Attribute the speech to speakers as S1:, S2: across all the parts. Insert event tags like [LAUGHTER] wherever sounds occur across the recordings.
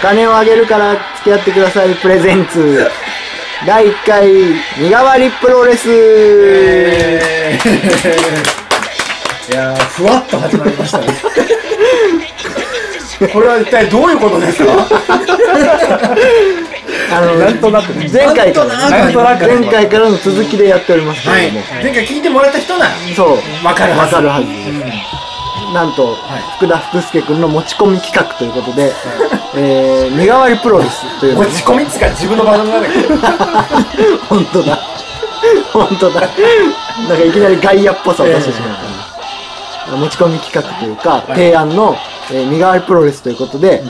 S1: 金をあげるから付き合ってくださいプレゼンツ第1回身代わりプロレス、
S2: えー [LAUGHS] いやーふわっと始まりま [LAUGHS] したねこれは一体どういうことですか
S1: あの
S3: なんとなくね
S1: 前回か
S2: なんとな
S1: ら
S2: くね
S1: 前回からの続きでやっておりますけ
S2: は
S1: れ
S2: い
S1: ども、
S2: 前回聞いてもらった人なら
S1: そう
S2: わかるはず
S1: わかるはずなんと、
S2: い
S1: 福田福介君の持ち込み企画ということで、えー、身代わりプロレスというのを
S2: 持ち込みっつうか自分のバンドなんだけど
S1: [LAUGHS] 本当だ本当だなんかいきなり外野っぽさを出してしまった、持ち込み企画というか、提案の、えー身代わりプロレスということで、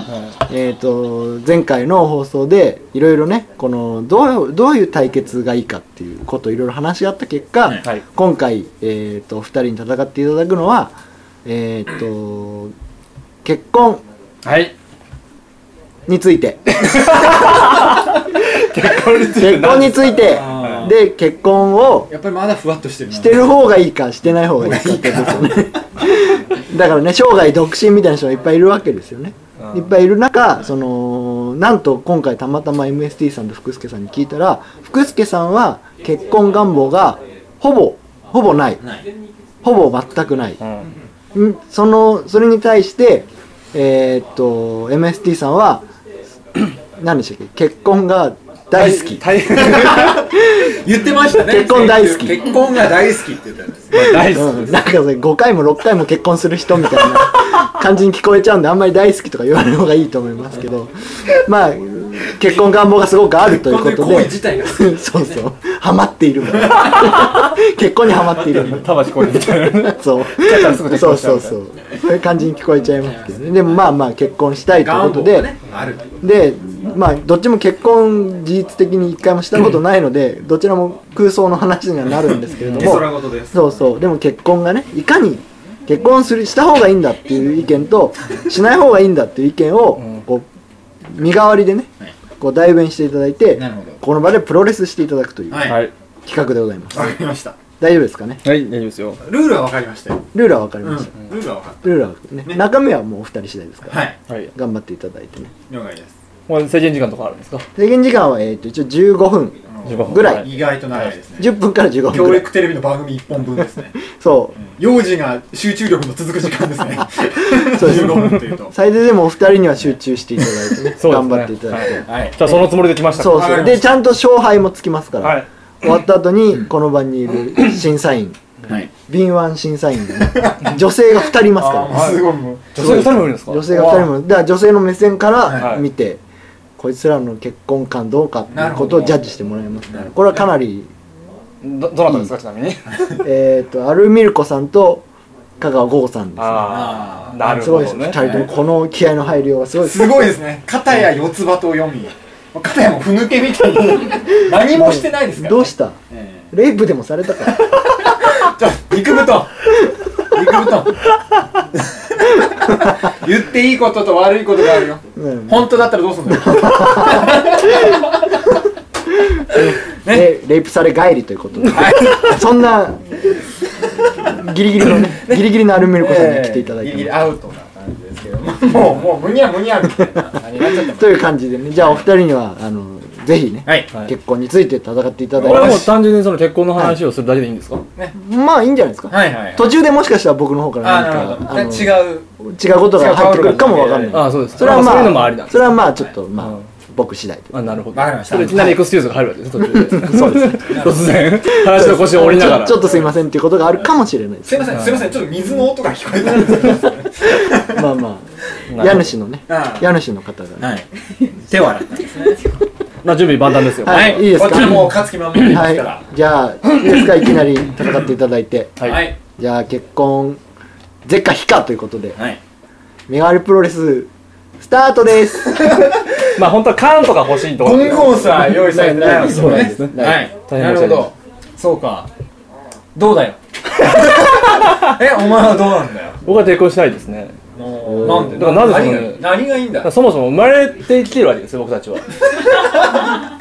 S1: えっ、と前回の放送でいろいろねこのどうどういう対決がいいかっていうことをいろいろ話し合った結果、
S3: はい
S1: 今回、えー、とお二人に戦っていただくのはえっ、と結婚
S3: はい
S1: につい
S3: [LAUGHS]
S1: て
S3: 結婚について
S1: 結婚について
S2: あー
S1: で結婚を
S2: やっぱりまだふわっとしてるな
S1: してる方がいいかしてない方がいいかってことですよねだからね生涯独身みたいな人がいっぱいいるわけですよねいっぱいいる中そのなんと今回たまたま MST さんと福助さんに聞いたら福助さんは結婚願望がほぼほぼない
S2: ない
S1: ほぼ全くない
S3: うん
S1: んそのそれに対してえーっと MST さんは何でしたっけ結婚が大好き
S3: 大
S2: [LAUGHS] 言ってましたね
S1: 結婚大好き
S2: 結婚が大好きって言ったんです
S3: 大好き
S1: うん、なんかそれ5回も6回も結婚する人みたいな感じに聞こえちゃうんであんまり大好きとか言わない方がいいと思いますけどまあ結婚願望がすごくあるというこ
S2: 結
S1: と
S2: 婚という行為
S1: で
S2: 自体
S1: [LAUGHS]
S2: が
S1: そうそうハマっている
S2: [LAUGHS]
S1: 結婚にハマっている
S3: 魂こいみたいなね
S1: そう
S3: だからすぐ結
S1: そう
S3: 婚しちゃ
S1: そううそうそういう感じに聞こえちゃいますけどねでもまあまあ結婚したいという
S2: 願
S1: こと
S2: 望
S1: で、
S2: がねある
S1: でまあどっちも結婚事実的に一回もしたことないのでどちらも空想の話にはなるんですけれど
S4: 絵
S1: も
S4: 空事です
S1: そうそうでも結婚がねいかに結婚するした方がいいんだっていう意見としない方がいいんだっていう意見をこう身代わりでねこう代弁していただいて
S2: なるほど
S1: この場でプロレスしていただくという
S2: はい
S1: 企
S3: はい
S1: 画でございます
S2: わかりました
S1: 大丈夫ですかね
S3: はい大丈夫ですよ
S2: ルールはわかりましたよ
S1: ルールは分かり
S2: うん
S1: ました
S2: ルールはわかっ
S1: ルールは分かりね
S2: ね
S1: 中身はもうお二人次第ですか
S2: たは
S1: ら
S2: い
S3: はい
S1: 頑張っていただいてね
S2: 了解です
S3: もう制限時間とかあるんですか
S1: 制限時間はえーと一応15分
S3: 15分
S1: ぐらい
S3: は
S2: 意外と長いですね
S1: 10分から15分
S2: [LAUGHS] 教
S1: ぐらい
S2: 育テレビの番組1本分で
S1: [LAUGHS]
S2: すね
S1: そう
S2: 幼児が集中力の続く時間ですね
S1: [LAUGHS] そうです
S2: 15分というと
S1: 最低でもお二人には集中していただいてね
S3: そうです
S1: 頑
S3: ね
S1: 張っていただいて
S2: はい
S3: じゃあそのつもりで来ました
S1: そう
S2: わか
S1: そ
S2: り
S1: う
S2: ました
S1: でちゃんと勝敗もつきますから
S3: はい
S1: 終わった後にこの場にいる審査員
S2: はい
S1: 敏腕審査員がね、女性が2人いますか
S2: あーすごいもう
S3: 女性二人もいるんですから
S1: 女性が2人もだから女性の目線から
S3: はい
S1: 見て、こいつらの結婚観どうかっていうことをジャッジしてもらいますから
S2: なる
S1: これはかなり
S3: どどなたですかちなみに
S1: えっ、とアルミルコさんと香川豪さんです、ね、
S3: ああなる
S1: すご
S3: ほ
S1: いです
S3: ど
S1: ね2
S3: ね
S1: 人ともこの気合の入りようがすごいです
S2: すごいですね肩や四つ葉と読み肩やもうふぬけみたいに何もしてないですからね
S1: どうした
S2: え
S1: レイプでもされたか
S2: えちょ肉布団肉
S1: [LAUGHS]
S2: 布団言っていいことと悪いことがあるよ
S1: うん
S2: 本当だったらどうすんだよ
S1: レレイプされ帰りということで、そんなギリギリのねギリギリのアルミルコさんに来ていただい
S2: ギ
S1: てます
S2: リギリアウトな感じですけどもうもうむにゃむにゃみたいな感じになっちゃったもん
S1: という感じでねじゃあお二人にはあのぜひね、
S2: はい
S3: はい
S1: 結婚について戦っていただい
S3: これは
S1: て
S3: もう単純にその結婚の話をするだけでいいんですか
S1: まあいいんじゃないですか、
S2: はいはい
S1: 途中でもしかしたら僕の方から何
S2: あなるほ
S1: か
S2: ど
S1: の
S2: 違う
S1: 違うことが入ってくるかもわかん
S2: 違う
S1: ない
S3: ああそうです
S1: それはま
S3: そう
S1: あ
S3: いうのもありなんです
S1: それはまあちょっとまあ、
S3: うん
S1: 僕次第という
S3: あなるほど
S2: わかりました
S3: それいきなりエクスキューズが入るわけですね途中でそうです [LAUGHS] 突然話の腰を折りながら
S1: ちょちょっとすいませんっていうことがあるかもしれないです
S2: [LAUGHS] すいませんすいませんちょっと水の音が聞こえたんですけど
S1: まあま
S3: ほ
S1: あ
S3: ど
S1: 家主のね [LAUGHS]
S2: ああ
S1: 家主の方がね
S2: はい手を洗った
S3: まあ準備万端ですよ
S1: はいいいですか
S2: こっちはもう勝つ気満々でいきま
S1: は
S2: すから
S1: いじゃあいいですかいきなり戦っていただいて
S3: はい
S2: はい
S1: じゃあ結婚是か非かということで
S2: はい
S1: 身代わりプロレススタートです
S3: まあ本当は缶とか欲しいとこ
S2: ゴ
S3: ろ
S2: ンゴンさん用意されてない
S1: そうなんですすね
S2: はい
S3: 大
S2: な
S3: 変
S2: るほ
S3: 申し訳ない
S2: どそうかどうだよえお前はどうなんだよ
S3: 僕は結婚しないですね
S2: なんで
S3: だからなぜそ
S2: 何
S3: の
S2: が何がいいん
S3: だから
S2: だ
S3: そもそも生まれてきてるわけですよ僕たちはわ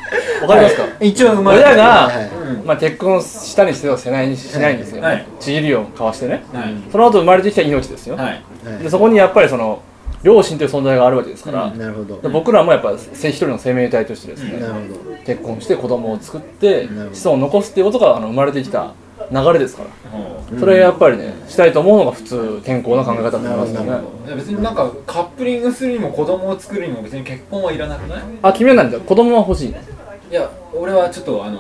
S3: かりますか
S2: 一応生まれ
S3: 親が
S1: はい、
S3: まあ、結婚したにせよせないにしないんですよ、
S2: はい
S3: ちぎりを交わしてね、
S2: はい
S3: その後生まれてきた命ですよ、
S2: はい
S1: はい
S3: でそこにやっぱりその両親という存在があるわけですから、
S1: なるほど
S3: 僕らもやっぱせ一人の生命体としてですね、
S1: なるほど
S3: 結婚して子供を作って
S1: なるほど
S3: 子孫を残すっていうことがあの生まれてきた流れですから、
S2: う
S3: それやっぱりねしたいと思うのが普通健康な考え方だと思いますよ
S1: なる
S3: ね
S2: いや別になんかカップリングするにも子供を作るにも別に結婚はいらなくない
S3: あ決めないんだ子供は欲しい
S2: いや俺はちょっとあの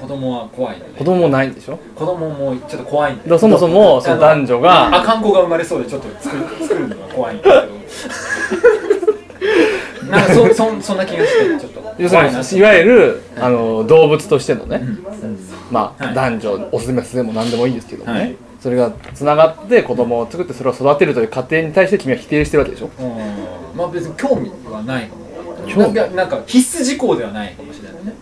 S2: 子供は怖いので
S3: 子供ないんでしょ
S2: 子供もちょっと怖いん
S3: だか
S2: で
S3: らそもそもその男女が
S2: 赤ん子が生まれそうでちょっと作る作るのが怖いんだ
S3: [LAUGHS]
S2: けどなんかそそんそんな気がしてちょっと
S3: 要する
S2: 怖いな
S3: にいわゆるあの動物としてのね、まあ、
S2: はい
S3: 男女オスメスでも何でもいいんですけどもね、
S2: はい
S3: それがつながって子供を作ってそれを育てるという過程に対して君は否定してるわけでしょ
S2: うんまあ別に興味はないかも
S3: 興味
S2: なんかなんか必須事項ではないかもしれないね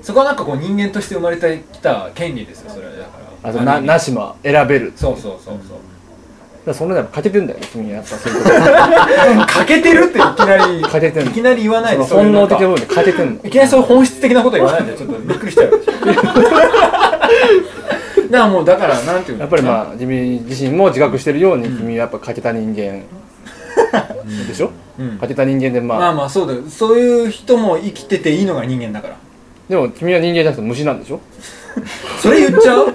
S2: そこはなんかこう人間として生まれてきた権利ですよそれはだから
S3: あとななしも選べるだか
S2: そうそうそう [LAUGHS] そう
S3: らそんなのやっぱ欠けてるんだよね君はやっぱそういうこ
S2: 欠けてるっていきなり
S3: 欠けてんの
S2: いきなり言わない
S3: と
S2: で
S3: その本能的
S2: そうい
S3: な
S2: う
S3: 部
S2: なん
S3: 分で欠けてんの
S2: かいきなりそういう本質的なこと言わないでちょっとびっくりしちゃ [LAUGHS] うだからもうだからなんていうの
S3: やっぱりまあ君自身も自覚してるように君はやっぱ欠けた人間でしょ、
S2: うん
S3: 欠けた人間でまあ、
S2: まあまあそうだよそういう人も生きてていいのが人間だから
S3: でも君は人間じゃなくて虫なんでしょ
S2: それ言っち [LAUGHS] ゃう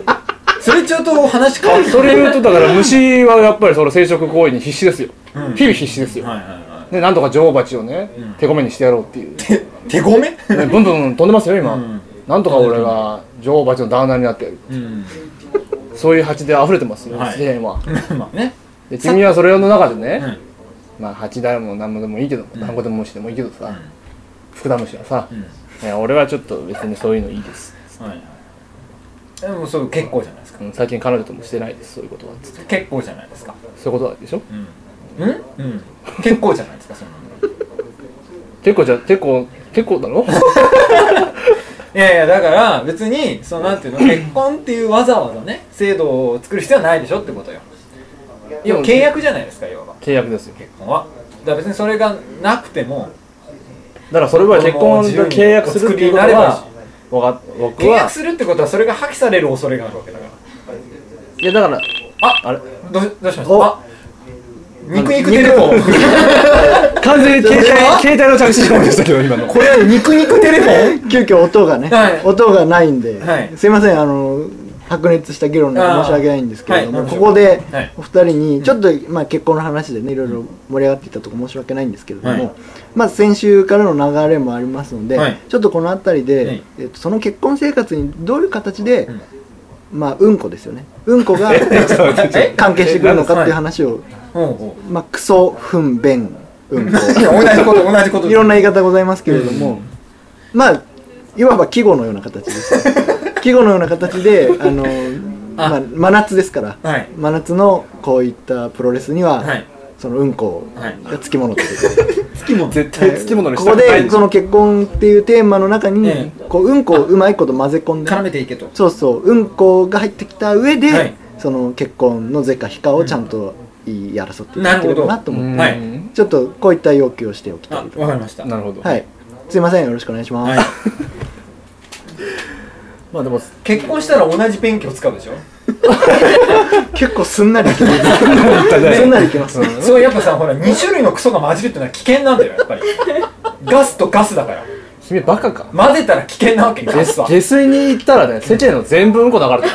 S2: それ言っちゃうと話変わる
S3: それ言うとだから虫はやっぱりその生殖行為に必死ですよ、
S2: うん
S3: 日々必死ですよ、
S2: はいはいは
S3: でなんとか女王蜂をね、手こめにしてやろうっ
S2: [LAUGHS]
S3: ていう、ね、
S2: い手ごめ
S3: ブンブン飛んでますよ今、
S2: うん
S3: なんとか俺が女王蜂のダーナーになってやる
S2: うん
S3: そういう蜂で溢れてますよ
S2: はい
S3: 自然は、
S2: [LAUGHS] まあね
S3: で君はそれの中でね、
S2: うん
S3: まあ蜂だも何もでもいいけど何個でも虫でもいいけどさ、福田虫はさ、
S2: うん
S3: いや俺はちょっと別にそういうのいいです、
S2: はいでもそう結構じゃないですか
S3: うん最近彼女ともしてないですそういうことはつって
S2: 結構じゃないですか
S3: そういうことはでしょ
S2: うんうん結構じゃないですかそんなの
S3: 結構じゃ結構結構
S2: [LAUGHS]
S3: だろ
S2: いやいやだから別にそのなんていうの結婚っていうわざわざね制度を作る必要はないでしょってことよ要は契約じゃないですか要は
S3: 契約ですよ
S2: 結婚はだから別にそれがなくても
S3: だからそれは結婚と契約するっていうことはわか僕
S2: 契
S3: は
S2: 約するってことはそれが破棄される恐れがあるわけだから
S3: いやだから
S2: あ
S3: あれ
S2: どうしどうしました
S1: お
S2: あ肉肉テレフォン
S3: 完全に携帯 [LAUGHS] 携帯の着信音でしたけど今の
S2: これは肉肉テレフォン
S1: 急遽音がね、
S2: はい
S1: 音がないんで、
S2: はい
S1: すいませんあの白熱した議論で
S2: あー
S1: 申し訳ないんですけれども、
S2: はい
S1: ここで
S2: はい
S1: お二人にちょっと、まあ、結婚の話でねいろいろ盛り上がっていたとこ申し訳ないんですけれども、
S2: はい
S1: まあ、先週からの流れもありますので、
S2: はい
S1: ちょっとこの辺りで、
S2: はい
S1: えっと、その結婚生活にどういう形で、
S2: ん
S1: まあ、うんこですよねうん
S2: [LAUGHS]
S1: こが関係してくるのかっていう話を、
S2: ほうほ
S1: まあ、クソ糞便うんこ。
S2: ういや [LAUGHS] 同じこと同じこと
S1: いろんな言い方ございますけれども、まあいわば季語のような形です
S2: [LAUGHS]
S1: 季語のような形であの
S2: あ
S1: まあ、真夏ですから、
S2: はい
S1: 真夏のこういったプロレスには、
S2: はい
S1: そのうんこ
S2: はい
S1: がつきものってこと
S2: [LAUGHS]
S1: で
S2: つきもの
S3: 絶対つきものにし
S1: こ
S3: た
S1: こ
S3: くな
S1: で
S3: いでし
S1: そ
S3: ょ
S1: の結婚っていうテーマの中に、
S2: ええ
S1: こううんこをうまいこと混ぜ込んで
S2: 絡めていけと
S1: そうそううんこが入ってきた上で、
S2: はい
S1: その結婚の是か非かをちゃんと言い争っていただければなと思って、
S2: んはい
S3: うん
S1: ちょっとこういった要求をしておきた
S2: あ
S1: いと
S2: わかりました
S3: なるほど
S1: はい。すいません、よろしくお願いします。
S2: はい
S3: まあでも
S2: 結婚したら同じペンキを使うでしょ
S1: [LAUGHS] 結構すんなりいきます。
S3: ね
S1: すんなりいきますね。
S2: そうやっぱさほら2種類のクソが混じるってのは危険なんだよや
S3: [LAUGHS]
S2: っぱりガスとガスだから
S3: 君バカか
S2: 混ぜたら危険なわけガスは
S3: 下水に行ったらね世間の全部うんこ流
S2: [LAUGHS]
S3: れてる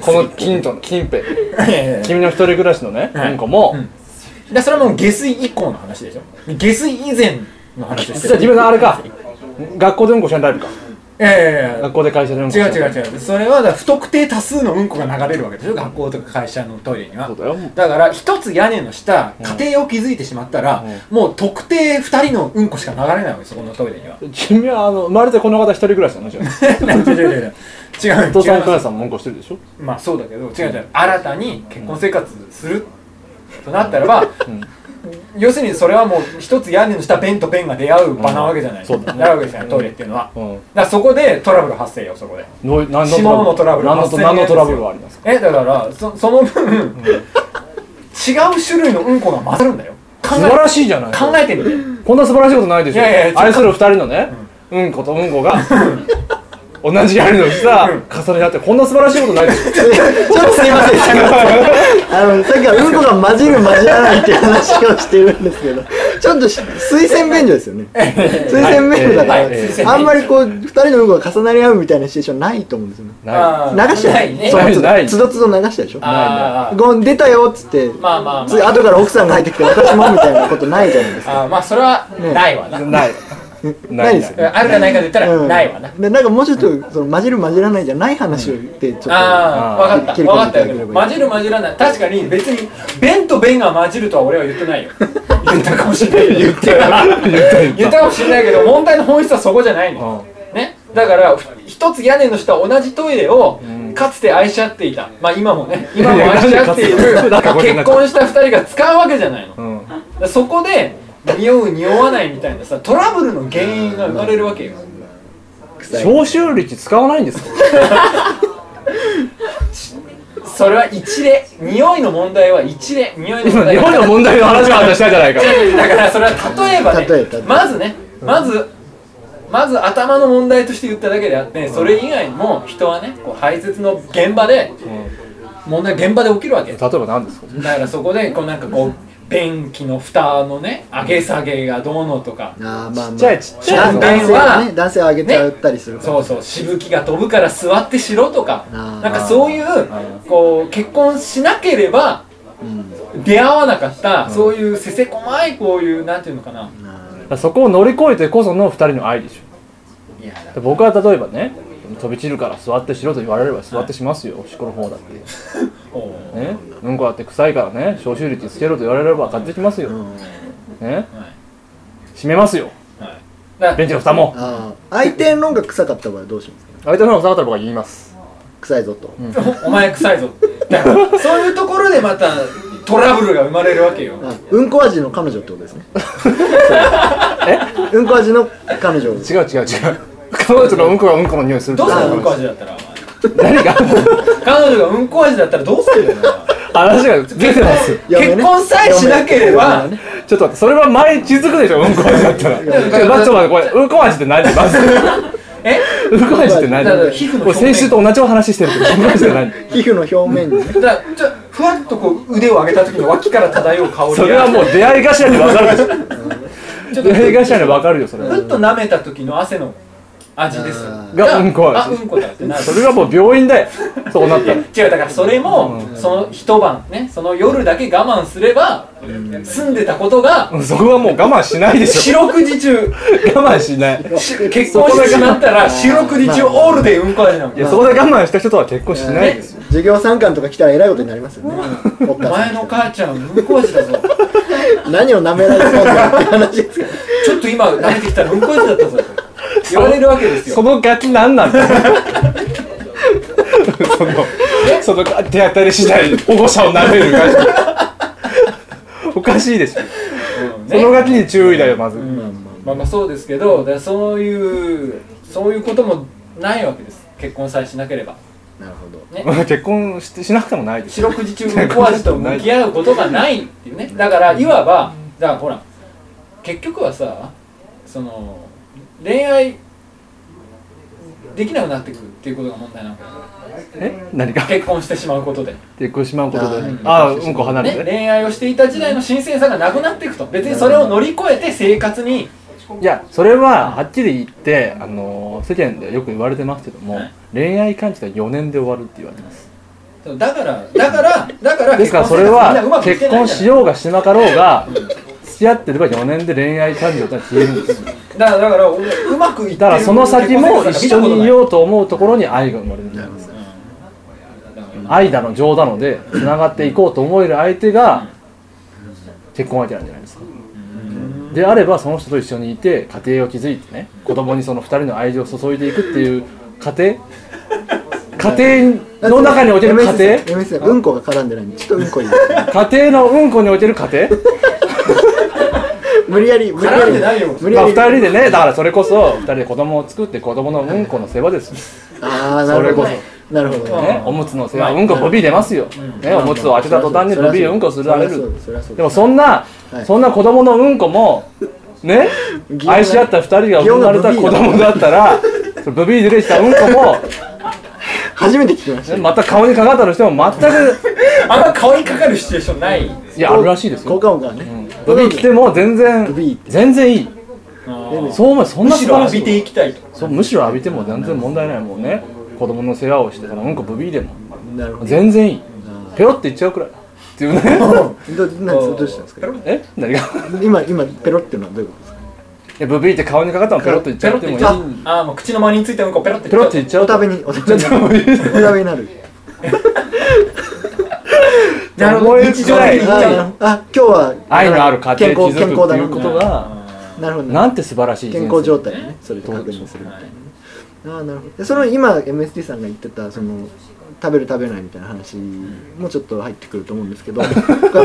S3: この近所の近辺
S2: いやいやいや
S3: 君の一人暮らしのね
S2: は
S3: う
S2: い
S3: んこも
S2: うんだからそれはもう下水以降の話でしょ下水以前の話です
S3: じゃあ自分のあれか学校でうんこしないタイプか
S2: いやいやいや
S3: 学校で会社でうんこし
S2: 違う
S3: ない
S2: 違う
S3: う
S2: 違うそれはだから不特定多数のうんこが流れるわけでしょ学校とか会社のトイレには
S3: そうだよ
S2: だから一つ屋根の下家庭を築いてしまったら、もう特定二人のうんこしか流れないわけそこのトイレ
S3: [LAUGHS]
S2: には [LAUGHS]
S3: 君はあの生まれてこの方一人暮らしなのじゃあ
S2: 違う違う違う違う
S3: お父さんお
S2: 違う
S3: 母さんもうんこしてるでしょ
S2: まあそうだけど違う違う新たに結婚生活するとなったらば、要するにそれはもう一つ屋根の下ペンとペンが出会う場なわけじゃない、
S3: うんそうだね
S2: なるわけですよねトイレっていうのは、
S3: う
S2: だか
S3: ん
S2: らそこでトラブル発生よそこで
S3: どうい何
S2: 指紋のトラブル
S3: 何の
S2: 発生
S3: 何のトラブルがありますか
S2: えだからそその分、違う種類のうんこが混ざるんだよ考え
S3: 素晴らしいじゃない
S2: 考えてみて
S3: こんな素晴らしいことないでしょ
S2: いやいやちょ
S3: 愛する二人のねうんことうんこが同じやるのにさ、重ね合って、こんな素晴らしいことないでしょ。
S1: [LAUGHS] ちょっとすいません、すいません。あの、さっきからうんこが混じる混じらないっていう話をしてるんですけど、ちょっとし推薦便所ですよね。推薦便所だから、
S3: はいえ
S2: え
S1: あんまりこう、二人のうんこが重なり合うみたいなシチュエーションないと思うんですよね。
S3: な
S2: あ
S1: 流
S2: ー
S1: してな。
S2: ないいね
S1: その
S3: な
S1: 都
S3: い
S1: 度、都度都度流したでしょ。
S2: あー
S1: ゴン出たよっつって、
S2: まあまあま
S1: 次後から奥さんが入ってきて私もみたいなことないじゃないですか。
S2: ああーまあそれはないわな、
S3: い。ない。
S1: ないですよ
S2: あるかないかで言ったらないわな、
S1: でなんかもうちょっとその混じる混じらないじゃない話を言ってちょっと、
S2: ああ
S3: あー
S2: 分かった
S1: 切
S2: 分
S1: り込ん
S2: か
S1: で
S2: っ
S1: いた
S2: た
S1: だければいい
S2: よ混じる混じらない確かに別に「弁と弁が混じる」とは俺は言ってないよ言ったかもしれない言って [LAUGHS] 言ったかもしれないけど問題の本質はそこじゃないのよ、ねだからふ一つ屋根の下同じトイレをかつて愛し合っていたまあ今もね今も愛し合っている
S3: いやなんでかつてなんかこれ
S2: 結婚した二人が使うわけじゃないの
S3: うん。うん。
S2: でそこで匂う匂わないみたいなさトラブルの原因が生まれるわけよ
S3: 消臭力使わないんですか
S2: それは一例匂いの問題は一例匂いの問
S3: 今、
S2: 題
S3: 日本の問題の話を話したじゃないか。
S2: [LAUGHS] だからそれは例えばね
S1: 例え例え
S2: まずねまずまず頭の問題として言っただけであってそれ以外にも人はねこう排泄の現場で
S3: うん
S2: 問題現場で起きるわけだ
S3: 例えば何ですか
S2: からそこでこうなんかこう便器の蓋のね上げ下げがどうのとか
S1: あーまあまあ
S3: ちっちゃいちっちゃい
S1: 男男性はね
S2: は
S1: 男性は上げちゃったりするから、
S2: そうそうしぶきが飛ぶから座ってしろとか
S1: あー
S2: なんかそういうこう結婚しなければ出会わなかったそういうせせこまいこういうなんていうのかな
S3: そこを乗り越えてこその二人の愛でし
S2: いやだ
S3: ょで僕は例えばね飛び散るから座ってしろと言われれば座ってしますよおしっこの方だって
S2: おー
S3: ねうんこだって臭いからね消臭率つけろと言われれば買ってきますよね閉めますよ
S2: はいだから
S3: ベンチの蓋も
S1: あー相手のが臭かった場合はどうしますか
S3: 相手の方が下がったら僕は言います
S1: 臭いぞと、
S2: お前臭いぞってだからそういうところでまたトラブルが生まれるわけよ
S1: あうんこ味の彼女ってことです
S3: [LAUGHS]
S1: ねえうんこ味の彼女
S3: 違う違う違う彼女のうんこがうんこの匂いする
S2: どうする
S1: あ
S2: うんこ味だった [LAUGHS] ら
S3: 何が
S2: 彼女がうんこ味だったらどうするよ
S3: 話が出てます
S1: 嫁ね
S2: 結婚さえしなければ
S1: 嫁ね
S3: ちょっと待ってそれは前に気づくでしょうんこ味だったらちょっと待ってちょっと待ってこれうんこ味って
S2: [LAUGHS]
S3: 何まず
S2: え
S3: うんこ味って何
S2: だから皮膚の
S3: これ先週と同じお話してるけどうんこ味って何
S1: 皮膚の表面にね
S2: だからちょふわっとこう腕を上げた時の脇から漂う香りが
S3: それはもう出会い頭で分かるでし
S2: ちょ
S3: ょ
S2: っと
S3: 出会い頭で分かるよそれは
S2: ふっと舐めた時の汗の味ですよ
S1: あー
S3: がうんこ味
S2: あうんこだってなる
S3: それはもう病院だよそうなったら
S2: 違うだからそれも、その一晩ねその夜だけ我慢すれば、住んでたことが
S3: うんそこはもう我慢しないでし
S2: 四六時中
S3: ょ我慢しない [LAUGHS]
S2: し結婚してしまったら四六時中オールでうんこ味なの
S3: いやそこで我慢した人とは結婚しないですよ
S1: 授業参観とか来たらえらいことになりますよねお
S2: お前
S1: 母
S2: の母ちゃんうんこ味だぞ
S1: さん何を舐められそうかって話ですから
S2: ちょっと今舐めてきたらうんこ味だったぞ言われるわけです
S3: そ
S2: よ
S3: のガキ何なん [LAUGHS] だよそのその手当たり次第保護者を舐めるガキおかしいでしょ
S2: うん
S3: そ
S2: ね
S3: のガキに注意だよまず
S2: まあまあそうですけどだからそういうそういうこともないわけです結婚さえしなければ
S3: [LAUGHS]
S1: なるほど
S3: 結婚してしなくてもないです
S2: 四六時中うんこ味と向き合うことがないっていうねだからいわばだからほら結局はさその恋愛できなくなってくるっていうことが問題なの
S3: え何か
S2: 結婚してしまうことで、ね、
S3: 結婚しまうことで
S1: あー
S3: ああうんこ離れて
S2: 恋愛をしていた時代の新鮮さがなくなっていくと別にそれを乗り越えて生活に
S3: いやそれははっきり言って、あのー世間ではよく言われてますけども、
S2: はい
S3: 恋愛感知は4年で終わるって言われてます
S2: だからだからだから
S3: [LAUGHS] ですからそれ
S2: みんなう
S3: は
S2: まくいって
S3: 結
S2: ない
S3: 婚しようがしなかろうが付き合ってれば4年で恋愛感情ってのは消えるんですよ
S2: だからだからうまくいってる
S3: だからその先も一緒にい
S2: よ
S3: ようと思うところに愛が生まれるんです愛だの情だのでつながっていこうと思える相手が結婚相手なんじゃないですかであればその人と一緒にいて家庭を築いてね子供にその2人の愛情を注いでいくっていう過程家庭の中にお
S2: [LAUGHS]
S3: ける家庭
S1: MS さん MS さんうんこが絡んでないんでちょっとうんこいい
S3: 家庭のうんこにおける家庭
S1: 無理やり無理や
S2: 絡
S1: り
S2: んでないよ
S1: 無理
S3: ま
S1: や
S3: あ
S1: り
S3: 2人でねだからそれこそ2人で子供を作って子供のうんこの世話ですよ
S1: ああなるほど
S3: それ
S1: なるほどね
S3: ね、おむつの世話、うんこ飛び出ますよ、ね、おむつを当てた途端に飛びうんこするあれる
S1: そりゃそう
S3: でもそんな、
S1: はい
S3: そんな子供のうんこもね
S1: 疑問が
S3: 愛し合った2人が生まれた子供だったらそのブビーで出てきたうんこも、
S1: 初めて聞きました。
S3: また顔にかかったとしても、全く、
S2: あんま顔にかかるシチュエーションない
S3: いや、あるらしいです
S1: 効
S3: よ。
S1: 果音からね。
S3: ブビー来ても全然
S1: ブビー、
S3: 全然いい。そう思う、そん
S2: む
S3: な
S2: し
S3: 素
S2: ろ
S3: 晴ら
S2: 浴
S3: し
S2: びて
S3: い。
S2: いきたいと
S3: そうむしろ浴びても全然問題ないもんね。子供の世話をしてたら、うんこブビーでも。
S1: なるほど。
S3: 全然いい。ペロっていっちゃうくらいだ。っていうね。 [LAUGHS]
S1: どなんどうしたんですか
S3: え何が [LAUGHS]
S1: 今、今、ペロっていうのはどういうことですか
S3: いやブビーって顔にかかったのペロッといっち
S2: ペ
S3: ゃ
S2: ロ
S3: っ
S2: ってていっ
S3: もい
S2: ちゃ
S3: い
S2: うああもう口の間についてうんこペロっていっち
S3: ペ
S2: ゃう
S3: ロッといっちゃ
S1: お
S3: うと
S1: 食べに、お食べになる。お食べになる。
S2: なるほど日常的にいっち
S3: は
S2: ゃう
S1: あ、あ今日は、
S3: 愛のある家庭
S1: 健
S3: を
S1: 康、
S3: 築
S1: 健
S3: く
S1: 康
S3: って
S1: だ
S3: い
S1: な
S3: うことが
S1: なるほどね。
S3: なんて素晴らしい人生
S1: 健康状態をねそれで確認するみたいなねああなるほどでその今 MST さんが言ってたその食べる食べないみたいな話もちょっと入ってくると思うんですけ
S3: [LAUGHS]
S1: どやっ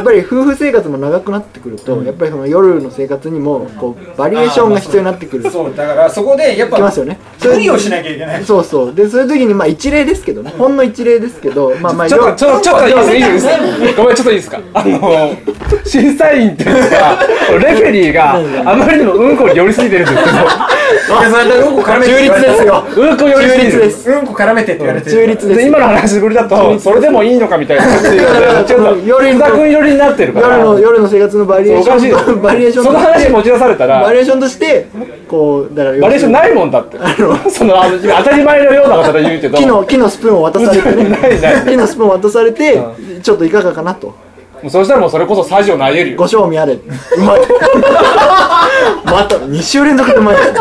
S1: ぱり夫婦生活も長くなってくるとやっぱりその夜の生活にもこうバリエーションが必要になってくる
S2: そうだからそこでやっぱ
S1: きますよね
S2: 無理をしなきゃいけない
S1: そうそうでそういう時にまあ一例ですけどねほんの一例ですけどまあまあ
S3: ちょっとちょっとちょっといいですいいです
S2: ちょっ
S3: ごめんちょっといいですかあの審査員っていうかレフェリーがあまりにもうんこに寄りすぎてるんです
S2: いやそれだからうんこ絡めて
S1: 中立ですよ
S3: けどうんこ寄りすぎて
S1: 中立で
S3: る
S1: す
S2: うんこ絡めてって言われてる
S1: 中立です
S3: で今の話ぶりだとそれでもいいのかみたいな感じでちょっと
S1: 夜
S3: 夜
S1: に
S3: 田君寄りになってるから
S1: 夜の夜の生活のバリエー
S3: お
S1: シ
S3: かしいで
S1: ョンバリエーシ
S3: す
S1: ョン
S3: その話持ち出されたら
S1: バリエーションとしてこうだから
S3: バリエーション
S1: い
S3: ないもんだってそのあの当たり前のようなことで言うけど
S1: 木の木のスプーンを渡されてね
S3: ないない
S1: 木のスプーンを渡されてちょっといかがかなと
S3: もうそしたらもうそれこそサジを投げるよ
S1: ご賞味あれうまいまた2週 [LAUGHS] 連続でうまいです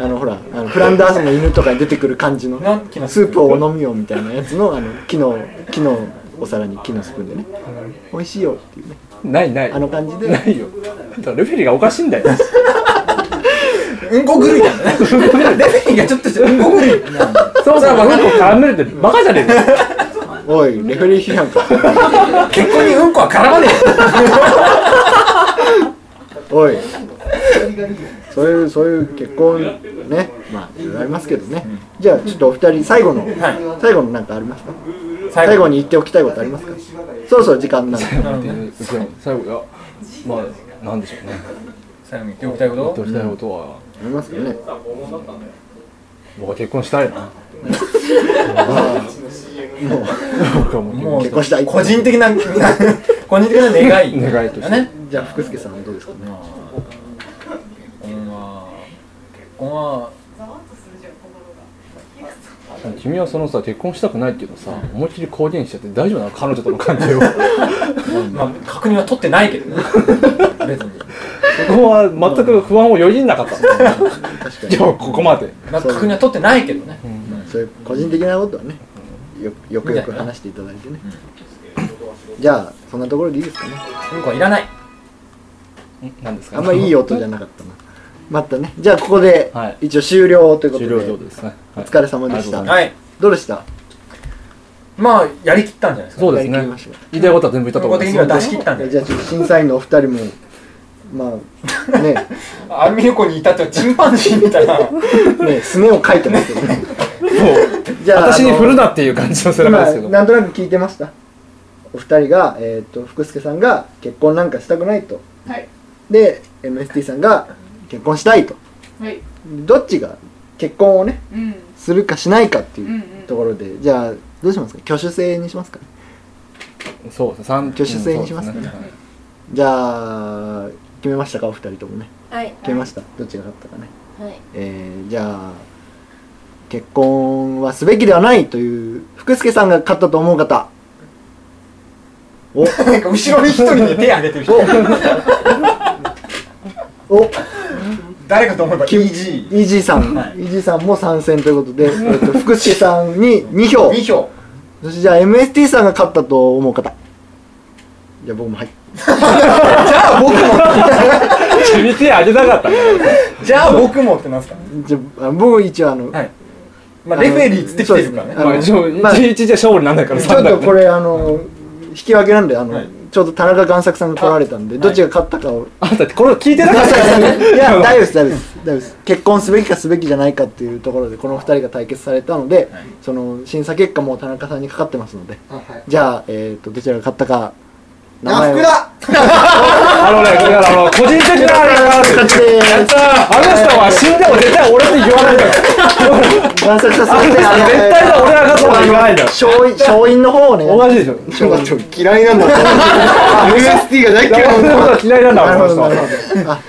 S1: あのほらあのフランダースの犬とかに出てくる感じの
S2: なん木のス
S1: スープをお飲みよみたいなやつのあの木の木のお皿に木のスプーンでね美味しいよっていうね
S3: ないない
S1: あの感じで
S3: ないよだからルフェリーがおかしいんだよ
S2: うんこ狂いなんだねレフェリーがちょっとしたうんこ狂い
S3: そうそううんこ絡めるってバカじゃねえか
S1: おいレフェリー批判か
S2: 結婚にうんこは絡まね
S1: おいそういうそういう結婚ねまあいろいろありますけどね、じゃあちょっとお二人最後の、最後のなんかありますか
S2: えよ
S1: 最後に言っておきたいことありますかそろそろ時間なんで
S3: 最後いやまあなんでしょうね
S2: 最後に言っておきたいこと
S3: どうしたいことは
S1: ありますかね
S3: 僕は結婚したいな僕はもう結婚
S2: もう
S1: 結婚したい
S2: 個人的な個人的な願い
S3: 願いとして
S2: だね
S1: じゃあ福助さんはどうですかね
S2: 結婚は結婚は
S3: 君はそのさ結婚したくないっていうのさ思いっきり公言しちゃって大丈夫なの彼女との関係を
S2: まあ確認は取ってないけどね別に
S3: そこは全く不安をよぎんな
S1: [LAUGHS]
S3: かった
S1: 確かに
S3: 今日ここまで
S2: まあ確認は取ってないけどね
S1: そういう個人的なことはねよよくよく話していただいてねじゃあそんなところでいいですかね
S2: うんこはいらない
S3: 何ですか
S1: あんまりいい音じゃなかったなまたねじゃあここで
S3: はい
S1: 一応終了ということ
S3: 終
S1: で、
S3: 了ということですね
S1: お
S3: はい
S1: 疲れ様でした、
S3: ありがとうございます
S2: はい
S1: どうでした
S2: まあやりきったんじゃないですか
S3: そうで
S1: や
S3: す
S1: り
S3: ね
S1: きりました
S3: 言いたいことは全部言ったと
S2: 個
S3: 思い
S2: 人
S3: ま
S2: 的
S3: す
S2: には出し切ったん
S1: じ
S2: で
S1: ゃあちょっと審査員のお二人もまあね
S2: アルミ横にいたってはチンパンジーみたいな
S1: ねすねを書いてますけど
S3: [LAUGHS]
S1: ね
S3: そう
S1: [LAUGHS] じゃあ
S3: 私に振る
S1: な
S3: なっていう感じの背中ですけ
S1: 今
S3: ど
S1: なんとなく聞いてましたお二人が、えー、と福助さんが結婚なんかしたくないと
S5: はい。
S1: で MST さんが結婚したいと
S5: はい。
S1: どっちが結婚をね
S5: うん。
S1: するかしないかって
S5: うん。
S1: いううんところで、じゃあどうしますか挙手制にしますか
S3: そうですね三
S1: 挙手制にしますかね
S3: うんそうです
S1: じゃあ決めましたかお二人ともね
S5: はい。
S1: 決めましたどっちが勝ったかね
S5: はい。
S1: えー、じゃあ結婚はすべきではないという福助さんが勝ったと思う方お
S2: なんか後ろに一人で手挙げてる人
S1: お
S2: 誰かと思えば EG2
S1: イージーさん、イージーさんも参戦ということで、
S2: [LAUGHS]
S1: えっと、福助さんに2票
S2: 票
S1: そしてじゃあ MST さんが勝ったと思う方じゃあ僕もはい
S3: [LAUGHS] ね君手あげなかったね
S2: じゃあ僕もってなんすか
S1: じゃああ僕一応あの、
S2: はいまあレフェリーっつってきてるからね
S1: あ
S3: まあ
S1: の
S3: 一応
S1: まあ
S3: 一日じゃ勝利なんないから
S1: ちょっ
S3: 三だ
S1: と
S3: か
S1: こ
S3: ら
S1: れあの引き分けなんであの、
S2: はい
S1: ちょうど田中贋作さんが取られたんで、どっちが勝ったかを
S3: あんたこれ聞い [LAUGHS] てなかったからね
S1: いや、大丈夫です、大丈夫です、大丈夫です。結婚すべきかすべきじゃないかっていうところで、この二人が対決されたので、その審査結果も田中さんにかかってますので、じゃあ、えっ、と、どちらが勝ったか、名前を
S6: 福田
S3: あのね、だからあの個人的なあれがある。
S1: [LAUGHS] 形で
S3: あの人は死んでも絶対俺って言わないから。
S1: 男性させて
S3: あの人絶対だ俺は勝つとは言わ
S1: [LAUGHS]
S3: ないんだよ。
S1: 勝因勝因の方をね
S3: おかしいでしょ。こ
S1: ちょっと嫌いなん
S3: [LAUGHS]
S1: だ UST が大嫌い
S3: の人は嫌いなんだ
S1: な
S3: もん、
S1: る
S3: こ
S1: ほどな
S3: の人
S1: る
S3: は。
S1: ほ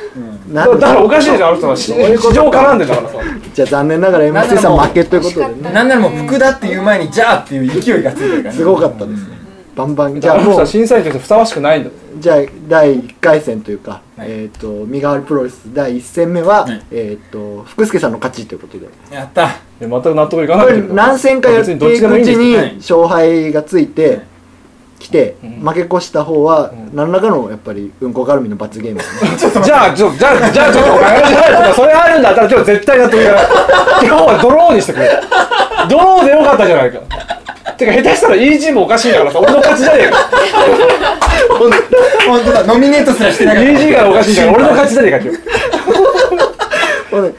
S1: どあな
S3: だ
S1: る
S3: か
S1: ほど
S3: ら [LAUGHS] だからおかしいでしょ、あの人は。市場絡んでんだからさ。
S1: じゃあ残念ながら MC さん負けということでね
S2: なんならもう福田っていう前にじゃあっていう勢いがついてるからね
S1: すごかったですねバンバンじ
S3: あ
S1: ゃあ
S3: の人
S1: もう
S3: は審査員としてふさわしくないんだ。
S1: じゃあ第1回戦というか、えっ、と身代わりプロレス第1戦目は、えっ、と福助さんの勝ちということで
S2: [LAUGHS] やった
S3: いや全く納得いかな
S1: こ
S3: い
S1: れ
S3: けど。
S1: 何戦かやっていくうち
S3: 別にどっちでもいいん
S1: に
S3: です
S2: はい
S1: 勝敗がついてきて、
S3: ん
S1: 負け越した方は
S3: ん
S1: 何らかのやっぱりうんこ絡みの罰ゲーム、
S3: じゃあ、ちょ、じゃあ、じゃあ、ちょっと、じゃあ、ちょっと、それあるんだったら、今日絶対納得いかない。今日はドローにしてくれ。ドローでよかったじゃないか。てか、下手したら、イージーもおかしいんだからさ、俺の勝ちじゃねえか。
S2: 本当だノミネートすらしてなかっ
S3: DG がおかしいから俺の勝ちだねか今日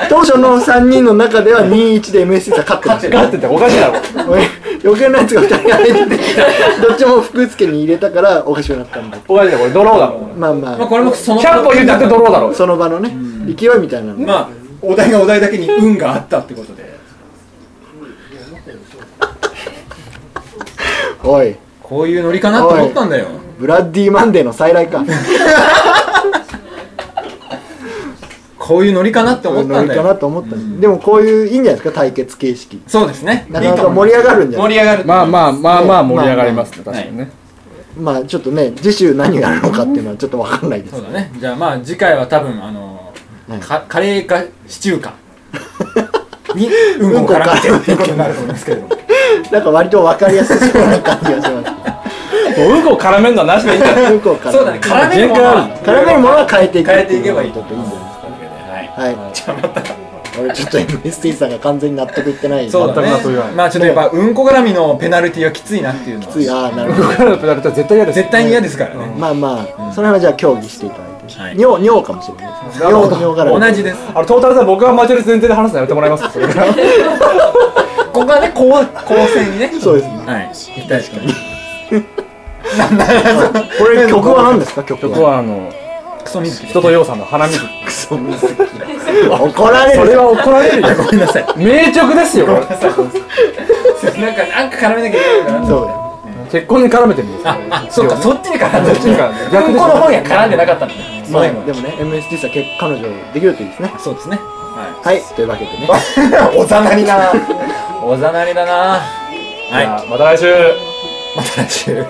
S1: [LAUGHS] 当初の3人の中では2-1で MSC さん勝ってました
S3: 勝ってておかしいだろ
S1: 余計なやつが2人入ってきてどっちも福助に入れたからおかしくなったんだ
S3: おかしいだろこれドローだろ
S1: まあ
S2: たまあ
S1: ま
S2: これもその
S3: 100歩言ったってドローだろ
S1: あその場のね勢いみたいなの
S2: まあお題がお題だけに運があったってことで
S1: おい
S2: こういうノリかなと思ったんだよ
S1: ブラッディーマンデーの再来か
S2: こういうノリかなって思った
S1: ノ
S2: ん
S1: リ
S2: だ
S1: かな
S2: よ
S1: と思ったんででもこういういいんじゃないですか対決形式
S2: そうですね
S1: なかなか盛り上がるんじゃない
S2: 盛り上がる
S3: まあまあまあまあ
S1: ね
S3: 盛り上がりますね
S2: まあ
S3: 確かにね
S1: まあちょっとね次週何をやるのかっていうのはちょっとわかんないです
S2: そうだねじゃあまあ次回は多分あのー
S1: うん
S2: かカレーかシチュー [LAUGHS] かにうんこからってっていうことになると思いますけれども
S1: なんか割とわかりやすそうな感じがし
S2: [LAUGHS]
S1: ま
S3: もううんこ絡めんのはなしでいいんだよ
S1: す向こうから
S2: そうだね絡めるものは
S3: 限
S1: 絡めるものは変えていく
S2: 変えていけばいい
S1: ちょっといいんじゃない
S2: はい
S1: はいじゃあまた [LAUGHS] 俺ちょっと MST さんが完全に納得いってない
S2: そうだ
S3: 全く納得いかな
S2: ね
S3: い
S2: まあちょっとやっぱうんこ絡みのペナルティはきついなっていうのは
S1: ついああなるほ
S3: うんこ
S1: ど
S3: 絡めペナルティは絶対嫌です
S2: 絶対に嫌ですからね
S1: まあまあその辺はじゃあ協議していただいて
S2: はい
S1: 尿尿かもしれないですね尿尿絡み
S2: 同じです
S3: あのトータルさん僕がマジョリ前提で話すのやめてもらいますそれから
S2: ここはねこう構成にね
S1: そうですね
S2: はい行きたいですけど
S1: これ曲は何ですか曲
S3: [LAUGHS] 僕
S1: は
S3: はあの
S2: クソ水木
S3: 人とようさんの花見
S1: 怒られ
S3: [LAUGHS] それ
S1: る
S3: は怒られるよ
S2: ごめんなさい
S3: 名曲ですよこれ
S2: なんかなんか絡めなきゃいけないから
S1: そう
S3: [LAUGHS] 結婚に絡めてるんですよ
S2: ああそっかそっちに絡んで
S3: そっちに絡んでる
S2: うんこの方には絡んでなかったんだね
S1: ま
S2: そういう
S1: あ
S2: の
S1: でもね MST さん結彼女できるといいですね
S2: そうですねは
S1: はいというわけでね
S2: い [LAUGHS] おざなり [LAUGHS] なおざなりだなはい
S3: また来週
S2: また来週